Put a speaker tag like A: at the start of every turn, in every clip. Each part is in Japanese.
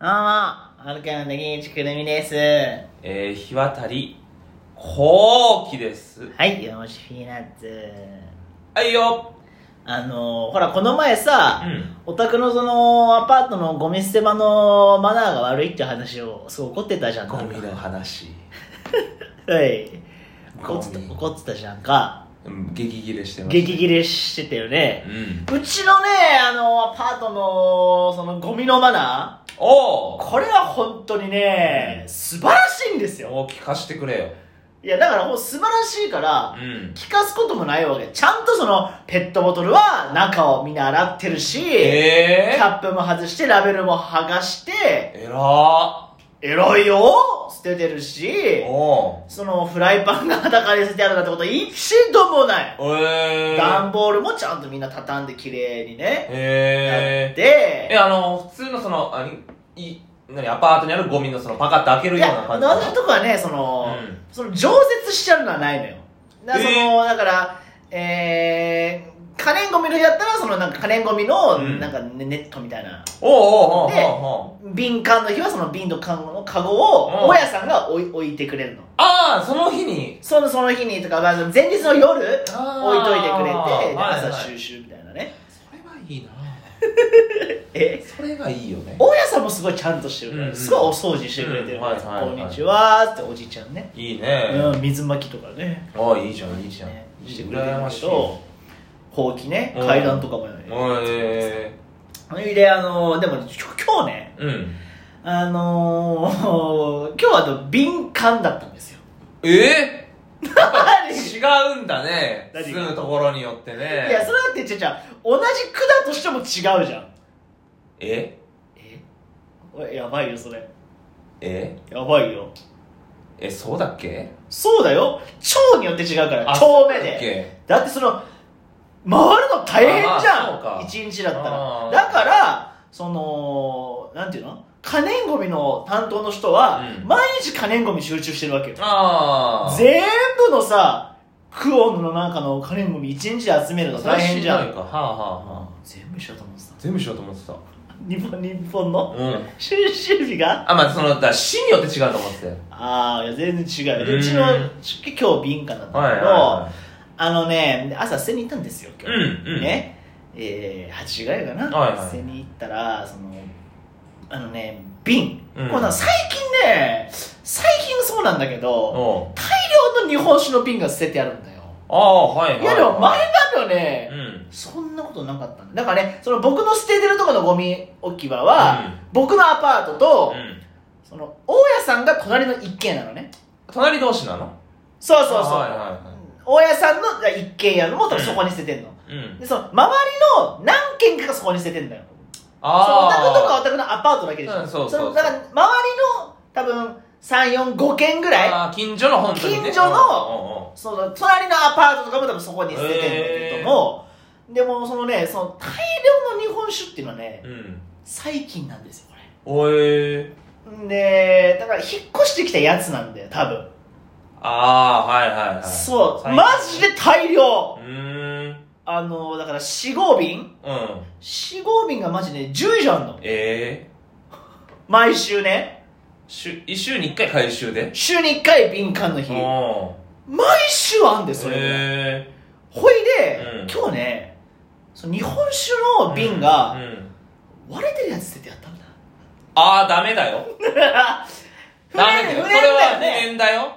A: どうも、アルカの竹内くるみです。は
B: えー、日渡り、後期です。
A: い、よーし、ピーナッツ。
B: はいよ
A: あのー、ほら、この前さ、
B: ん。
A: お宅のその、アパートのゴミ捨て場のマナーが悪いって話を、すごい怒ってたじゃんか。
B: ゴミの話。
A: はい。
B: ゴ
A: 怒
B: ミ
A: ってた、怒ってたじゃんか。
B: うん、激切れしてます。
A: 激切れしてたよね。
B: うん。
A: うちのね、あのー、アパートの、その、ゴミのマナー
B: おー
A: これは本当にね、素晴らしいんですよ。
B: おー聞かしてくれよ。
A: いや、だからもう素晴らしいから
B: う、ん。
A: 聞かすこともないわけちゃんとそのペットボトルは中をみんな洗ってるし、
B: え
A: キャッ
B: ー、
A: プも外してラベルも剥がして
B: えら
A: エロいよ捨ててるし
B: ー。お
A: そのフライパンが裸で捨ててあるなんてこと一度もない
B: ー。えー。
A: 段ボールもちゃんとみんな畳んで綺麗にねやっ
B: えー。え、
A: て
B: あの、普通のその、あにい、なに、アパートにあるゴミのその、パカッと開ける
A: い
B: よう
A: や
B: な感じ。
A: 私のとこはねその,、
B: うん
A: その常設しちゃうのはないのよだからその、だからえー可燃ゴミの日だったら、そのなんか可燃ゴミの、
B: うん
A: なんかねネットみたいな、
B: おーおーおーお
A: で
B: ーおー
A: 瓶缶の日はその瓶の缶のカゴを
B: うん
A: 大家さんが置い置いてくれるの
B: あー、その日に。
A: そのその日にとか、まあ、前日の夜置いといてくれて
B: あー
A: で
B: はいはい
A: 朝収集みたいなね
B: それはいいな
A: え
B: それがいいよね。
A: 大家さんもすごいちゃんとしてるから、
B: うんうん
A: すごいお掃除してくれてるから、
B: うんはいはいはい
A: こんにちはっておじいちゃんね、
B: いいね。
A: うん、水まきとかね
B: ああいいじゃんいいじゃん、
A: ね
B: いい
A: して
B: じゃん
A: くれてるん
B: 羨
A: だ
B: ま
A: け
B: しい
A: どほうきね
B: うん
A: 階段とかもね
B: おいえ
A: それであのでもきょ今日ね
B: ーうん
A: あのー 今日はあと敏感だったんですよ
B: えー、
A: 何
B: 違うんだね
A: 何
B: 住
A: が
B: むところによってね
A: いや、それだって、ちゃちゃ、同じ区だとしても違うじゃん。
B: え
A: えおいやばいよ、それ。
B: え
A: やばいよ。
B: えそうだっけ
A: そうだよ。町によって違うから、
B: あ
A: 町目
B: そうだっ
A: で。
B: け
A: だってその、回るの大変じ
B: あそう
A: ゃ
B: か
A: ん。一日だった
B: あ
A: ら。
B: ー
A: だから、その、なんていうの可燃ゴミの担当の人は、
B: うん
A: 毎日可燃ゴミ集中してるわけよ。
B: ああ
A: 全部のさ、クオンの中の可燃ゴミ一日で集めるの大変じゃ
B: それ
A: ん。
B: しどいかはあはあはあ
A: 全部一緒だと思ってた。
B: 全部しようと思ってた
A: 日本、日本の
B: うん
A: 収集日が
B: あまあそのだから市によって違うと思ってたよ
A: ああいや全然違う
B: う
A: うんちの今日敏感だったんだけど、
B: は
A: あのね朝捨てに行ったんですよ今日、
B: うんうん
A: ねえー、8時ぐらいかな、
B: はいはい
A: 捨てに行ったらそのあのね瓶、
B: うん
A: こうな最近ね最近そうなんだけ
B: いはい
A: ど
B: おう
A: 大量の日本酒の瓶が捨ててあるんだよ
B: ああはいはい
A: いやでも前なのね、
B: うん
A: そんなことなかったんだだからねその僕の捨ててるとこのゴミ置き場は、
B: うん
A: 僕のアパートと、
B: うん
A: その大家さんが隣の一軒家なのね
B: 隣同士なの
A: そうそうそう、
B: はいは
A: 大家さんの一軒家のも多分そこに捨ててんの、
B: いはいうん
A: でその周りの何軒かがそこに捨ててんだよそのお
B: ああ
A: 宅とかお宅のアパートだけでしょ、
B: うんそうそうそう
A: のだから周りの多分345軒ぐらい
B: あー近所の本当に、ね、
A: 近所の
B: うんうんうん
A: その隣のアパートとかも多分そこに捨ててんだけども、でもそのねその大量の日本酒っていうのはね
B: うん。
A: 最近なんですよこれ
B: おえ
A: んでだから引っ越してきたやつなんだよ多分、
B: ああ、はいはいはい。
A: そう
B: 最近
A: マジで大量
B: うーん。
A: あのだから45瓶
B: うん。
A: 四合瓶がマジね10以上あんの
B: ええ
A: 毎週ね
B: 週、一週に一回回収で。
A: 週に1回瓶缶の日
B: うん。
A: 毎週あんでそれ、
B: え
A: ほいで、
B: うん
A: 今日ねその日本酒
B: ー
A: の瓶
B: う
A: が
B: んうん
A: 割れてるやつ捨ててやったんだ
B: ああ、ダメだよ。 ダメだよ。
A: 不
B: そ
A: 縁だ
B: れ
A: よ
B: は不
A: ね
B: 縁だよ。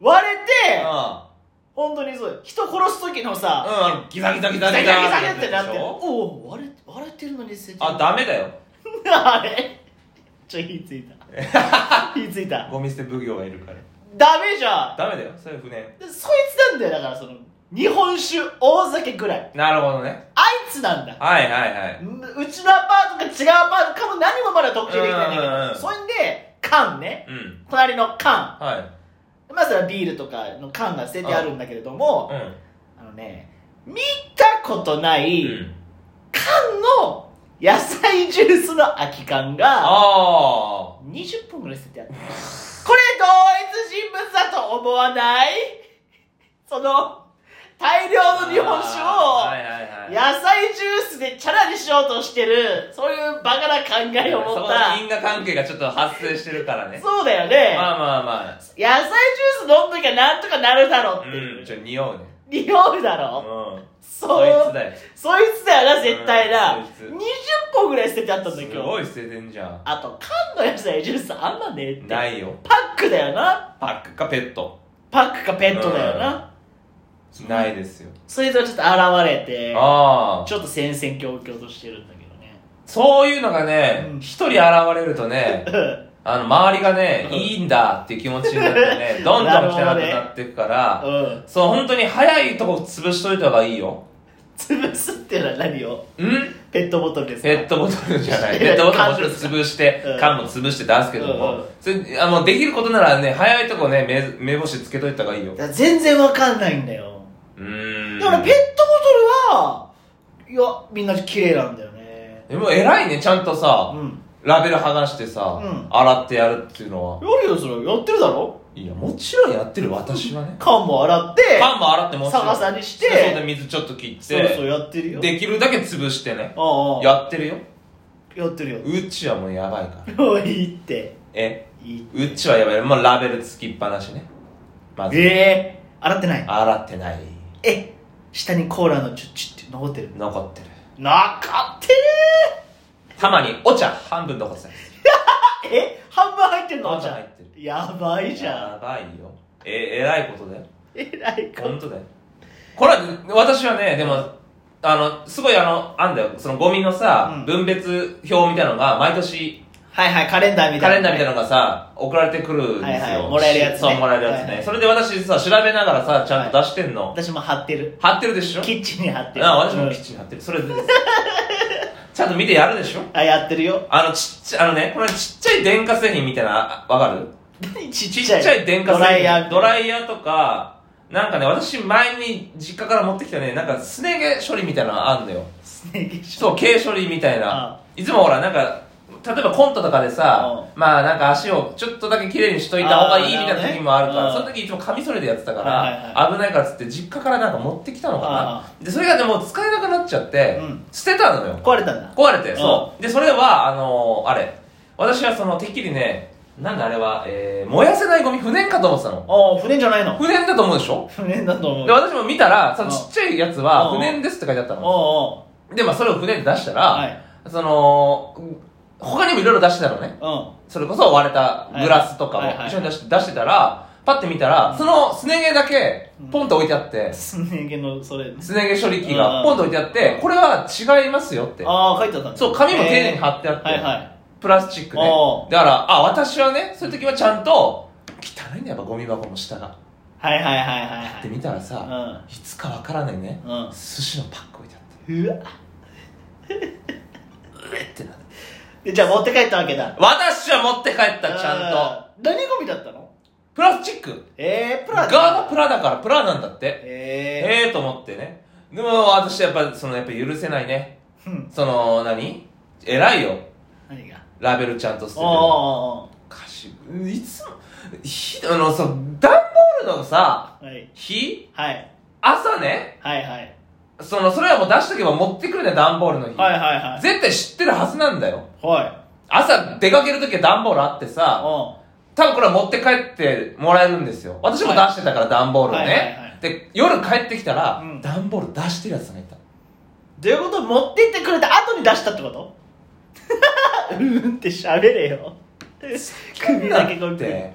A: 割れ
B: うん。う
A: て
B: ん、あ
A: 本当にそう人殺す時のさ、
B: の、ギザギザギ
A: ギザ
B: ザ
A: ギ
B: ギザ
A: ザギザってなって
B: で
A: る
B: し
A: お
B: ょ
A: お割れ割れてるのに捨てて
B: あ、ダメだよ。
A: だ あれちょ火つい た火ついた
B: ゴミ捨て奉行がいるから。
A: ダメじゃん
B: ダメだよ。それ不縁。
A: でそいつなんだよだからその日本酒大酒ぐらい
B: なるほどね。
A: あいつなんだ
B: はいはいはい。
A: うちのアパートか違うアパートかも何もまだ特定できないん
B: うんうん
A: だ
B: う
A: け
B: ん
A: ど、そんで、缶ね。
B: うん。
A: 隣の缶。
B: はい。
A: まあそれはビールとかの缶が捨ててあるんだけれども、
B: うん。
A: あのね、見たことない
B: うん。
A: 缶の野菜ジュースの空き缶が、
B: あ
A: 20本ぐらい捨ててあった。これ同一人物だと思わないその、大量の日本酒を
B: はいはいはい
A: 野菜ジュースでチャラにしようとしてるそういうバカな考えを持っ
B: そこ
A: た
B: の因果関係がちょっと発生してるからね
A: そうだよね、
B: まあまあまあ
A: 野菜ジュース飲んどきゃなんとかなるだろっていう、
B: うんちょ匂うね
A: 匂うだ
B: うん
A: ろ、そ
B: こ
A: う
B: いつだよ
A: そいつだよな絶対な、
B: うんそいつ
A: 20本ぐらい捨ててあったんだよ
B: す
A: 今
B: ご
A: 日
B: い捨ててんじゃん
A: あと缶の野菜ジュースあんまねえって
B: ないよ
A: パックだよな
B: パックかペット
A: パックかペットだよな、
B: ないですよ
A: そいつはちょっと現れて
B: ああ
A: ちょっと戦々恐々としてるんだけどね
B: そういうのがね
A: うん
B: 一、人現れるとね
A: うん
B: あの周りがね、
A: うん
B: いいんだって気持ちになって ねどんどん汚くなっていくから、
A: うん
B: そう本当に早いとこ潰しといた方がいいよ
A: 潰すっていうのは何を
B: うん
A: ペットボトルですか
B: ペットボトルじゃない。
A: いや
B: ペットボトルもちろん潰して
A: うん、
B: 缶も潰して出すけど
A: うんうん
B: も、それあのできることならね、早いとこね、目目星つけといた方がいいよ
A: だ。から全然わかんないんだよ
B: うーん。
A: だからペットボトルはいやみんな綺麗なんだよね
B: でも偉いね、ちゃんと
A: う
B: さ、
A: ん
B: ラベル剥がしてさ
A: うん、
B: 洗ってやるっていうのは。
A: やるよそれやってるだろ
B: いや、もちろんやってる私はね。
A: 缶も洗って
B: 缶も洗ってもちろん。
A: 逆さにして
B: でそこで水ちょっと切っ
A: そうそう
B: て、
A: やってるよ
B: できるだけ潰してね。
A: ああや
B: やってるよ。
A: ってるよ
B: うちはもうやばいから。
A: もういいって
B: え、
A: いい、
B: うちはやばい。もうラベルつきっぱなしね。まず、
A: ええ洗ってない
B: 洗ってない。
A: え下にコーラのチュッチュって残ってる
B: 残ってる。
A: なかってね
B: たまにお茶半分残せ
A: ーえ半分入ってんの
B: お
A: じゃ
B: 茶入っ
A: ん
B: てる
A: やばいじゃん
B: やばいよええらいことだよ
A: えらいこ
B: 本当だよこれは私はねでもあのすごいあのあんだよそのゴミのさ、
A: うん
B: 分別表みたいなのが毎年
A: はいはいカレンダーみたいな
B: カレンダーみたいなのがさ送られてくるんですよ、
A: はいはいもらえるやつね
B: そうもらえるやつね、
A: はいはい
B: それで私さ調べながらさちゃんと出してんの、
A: 私も貼ってる
B: 貼ってるでしょ
A: キッチンに貼ってる
B: あ私も
A: うん
B: キッチンに貼ってるそれでちゃんと見てやるでしょ
A: あやってるよ
B: あのちっちゃあのねこれちっちゃい電化製品みたいなあわかる
A: 何ち
B: ちっちゃい電化
A: ド
B: 製品
A: ライヤー
B: ドラ
A: イ
B: イヤーとかなんかね私前に実家から持ってきたねなんかすね毛処理みたいなのあんのよ
A: スネークショ
B: そう毛処理みたいな
A: あ
B: いつもほらなんか例えばコントとかでさまあなんか足をちょっとだけ綺麗にしといた方がいいみたいな時もあるか
A: あーな
B: ら
A: るほ
B: そ
A: どね
B: の時いつもカミソリでやってたか
A: はいはい
B: ら危ないからっつって実家からなんか持ってきたの
A: あ
B: かなでそれがねもう使えなくなっちゃって
A: うん
B: 捨てたのよ
A: ー壊れたんだ
B: 壊れてそうでそれはあのーあれ私はそのてっきりねなんだあれは、えー、燃やせないゴミ不燃かと思ってたの
A: ああ船じゃないの
B: 不燃だと思うでしょ
A: 船だと思う
B: で私も見たらその
A: うん
B: ちっちゃいやつ
A: うん
B: は
A: う
B: 不
A: ん
B: 燃ですって書いてあったの
A: おうお
B: でまあそれを不燃で出したら、
A: うはい
B: そのうん他にもいろいろ出してたのね
A: うん
B: それこそ割れたグラスとか
A: はいはいはいは
B: も
A: い
B: 一緒に出して出してたらパッて見たらそのすね毛だけポンと置いてあって
A: スネ毛のそれ
B: すね毛処理器
A: う
B: が
A: ん
B: ポンと置いてあってこれは違いますよって
A: ああ書いてあったんだ
B: そう紙も丁寧に貼ってあって、
A: はいはい
B: プラスチックね
A: お
B: だからあ私はねそういう時はちゃんと汚いんだやっぱゴミ箱の下が
A: はいはいはいはい
B: っ
A: はい
B: て見たらさ、いつかわからないね、
A: うんうん
B: 寿司のパック置いてあっ
A: うわ
B: てうえってなって
A: でじゃあ持って帰ったわけだ
B: 私は持って帰ったちゃんと
A: と何ゴミだったの
B: プラスチック
A: えープラ
B: ガーがプラだからプラなんだって
A: え
B: ええと思ってねでも私やっぱそのやっぱ許せないね
A: ーうん
B: その何偉いよ
A: 何が
B: ラベルちゃんと捨て
A: おう
B: てる
A: おうお
B: おかしいいつもひあのさ段ボールのさ
A: うはい
B: 日
A: はい
B: 朝ね
A: はいはい
B: その、それはもう出しとけば持ってくるね、段ボールの日。
A: はいはいはい
B: 絶対知ってるはずなんだよ。
A: はい
B: 朝出かけるときは段ボールあってさ、
A: お
B: 多分これは持って帰ってもらえるんですよ。私も出してたから、段ボールを
A: はいはいはいは
B: ね。で、夜帰ってきたら
A: うん、
B: 段ボール出してるやつがいた。
A: うどういうこと持ってってくれた後に出したってこと うーんって喋れよ首だけこうや
B: っ
A: ってて。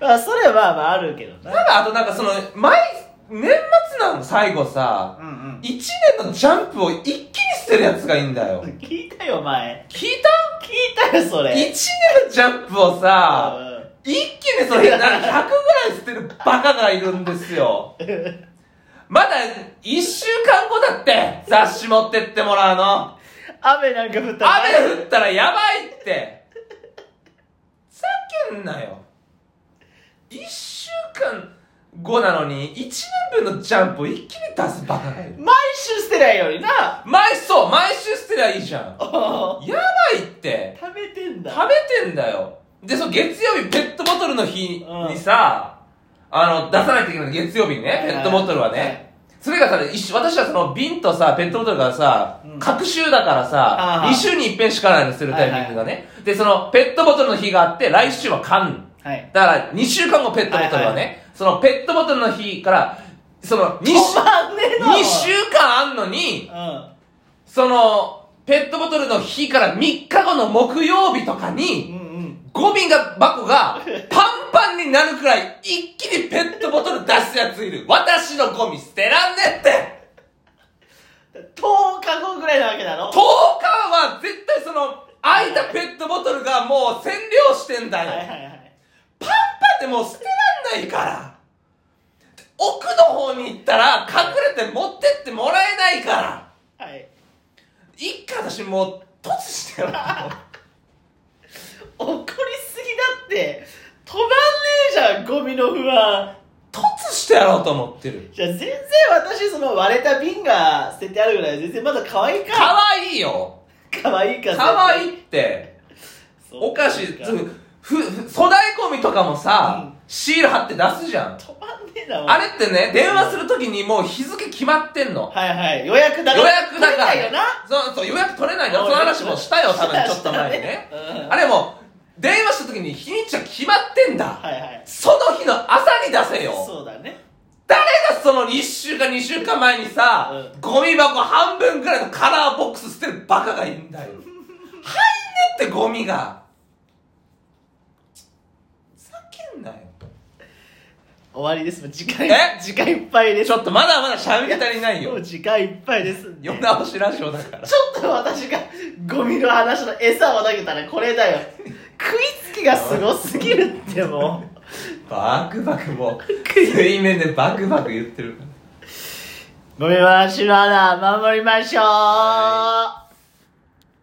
A: まあそれはまあまああるけど
B: た
A: な
B: だ、あとなんかその、毎、年末なの最後さ、
A: うんうん
B: 1年のジャンプを一気に捨てるやつがいいんだよ。
A: 聞いたよ前
B: 聞いた
A: 聞いたよそ
B: ?1
A: れ
B: 年のジャンプをさ、一気にそれなんか100ぐらい捨てるバカがいるんですよまだ1週間後だって雑誌持ってってもらうの
A: 雨なんか降ったら
B: 雨降ったらやばいって叫んなよ1週間後なのに1年分のジャンプを一気に出すバカがいる
A: 毎週捨てないように な
B: 毎そう毎週捨てりゃいいじゃん
A: おお
B: やばいって
A: 食べてんだ
B: 食べてんだよでその月曜日ペットボトルの日にさ、あの出さないといけない月曜日にねペットボトルはね、それがさ、一緒私はその瓶とさ、ペットボトルがさ
A: うん、
B: 隔週だから
A: あ
B: さ、
A: ー
B: 2週に一遍しかないのするタイミングがね。で、その、ペットボトルの日があって、来週は缶。
A: はい。
B: だから、2週間後ペットボトルは
A: はいは
B: ね、そのペットボトルの日から、その、2週、
A: 止まんねえな
B: 2週間あんのに、その、ペットボトルの日から3日後の木曜日とか
A: う
B: に、
A: ん。うんうん。
B: ゴミが、箱が、パンパンになるくらい、一気にペットボトル出すやついる。私のゴミ捨てらんねえって
A: 10日後ぐらいなわけだろ
B: 10日は絶対その空いたペットボトルがもう占領してんだよ、
A: はいはいはい。
B: パンパンでもう捨てらんないから奥の方に行ったら隠れて持ってってもらえないから
A: はい。
B: 一回私もう突してよ
A: 怒りすぎだって、止まんねえじゃん、ゴミの不安。
B: 突してやろうと思ってる
A: じゃあ全然私、その割れた瓶が捨ててあるぐらい、全然まだ可愛い
B: か
A: か。
B: わいいよ
A: 可愛いか。
B: かわ
A: い。
B: いいってお
A: か
B: 菓
A: し
B: 子
A: い
B: つふふ粗大ゴミとかもさ、
A: うん
B: シール貼って出すじゃん
A: 止まんねえな、お前
B: あれってね電話するときにもう日付決まってんの
A: はいはい。予約だか
B: 予
A: ら。
B: 約だ
A: 取
B: から、
A: れないよな。
B: そうそう予約取れないよその話もした よ多分ちょっと前にね、
A: うん
B: あれも電話した時に日にちは決まってんだ、
A: はいはい。
B: その日の朝に出せよ
A: そうだね。
B: 誰がその1週間2週間前にさ、
A: う
B: ゴミ箱半分ぐらいのカラーボックス捨てるバカがいるんだよ入んねってゴミがふざけんなよ
A: 終わりです。もう時間
B: え、
A: 時間いっぱいです。
B: ちょっとまだまだ喋り足りない
A: も
B: よ
A: う時間いっぱいですんで。
B: 世直しラジオだから
A: ちょっと私がゴミの話の餌を投げたらこれだよ。食いつきがすごすぎるってもう。
B: バクバクもう水面でバクバク言ってるから
A: ゴミ回しの穴守りましょう、
B: は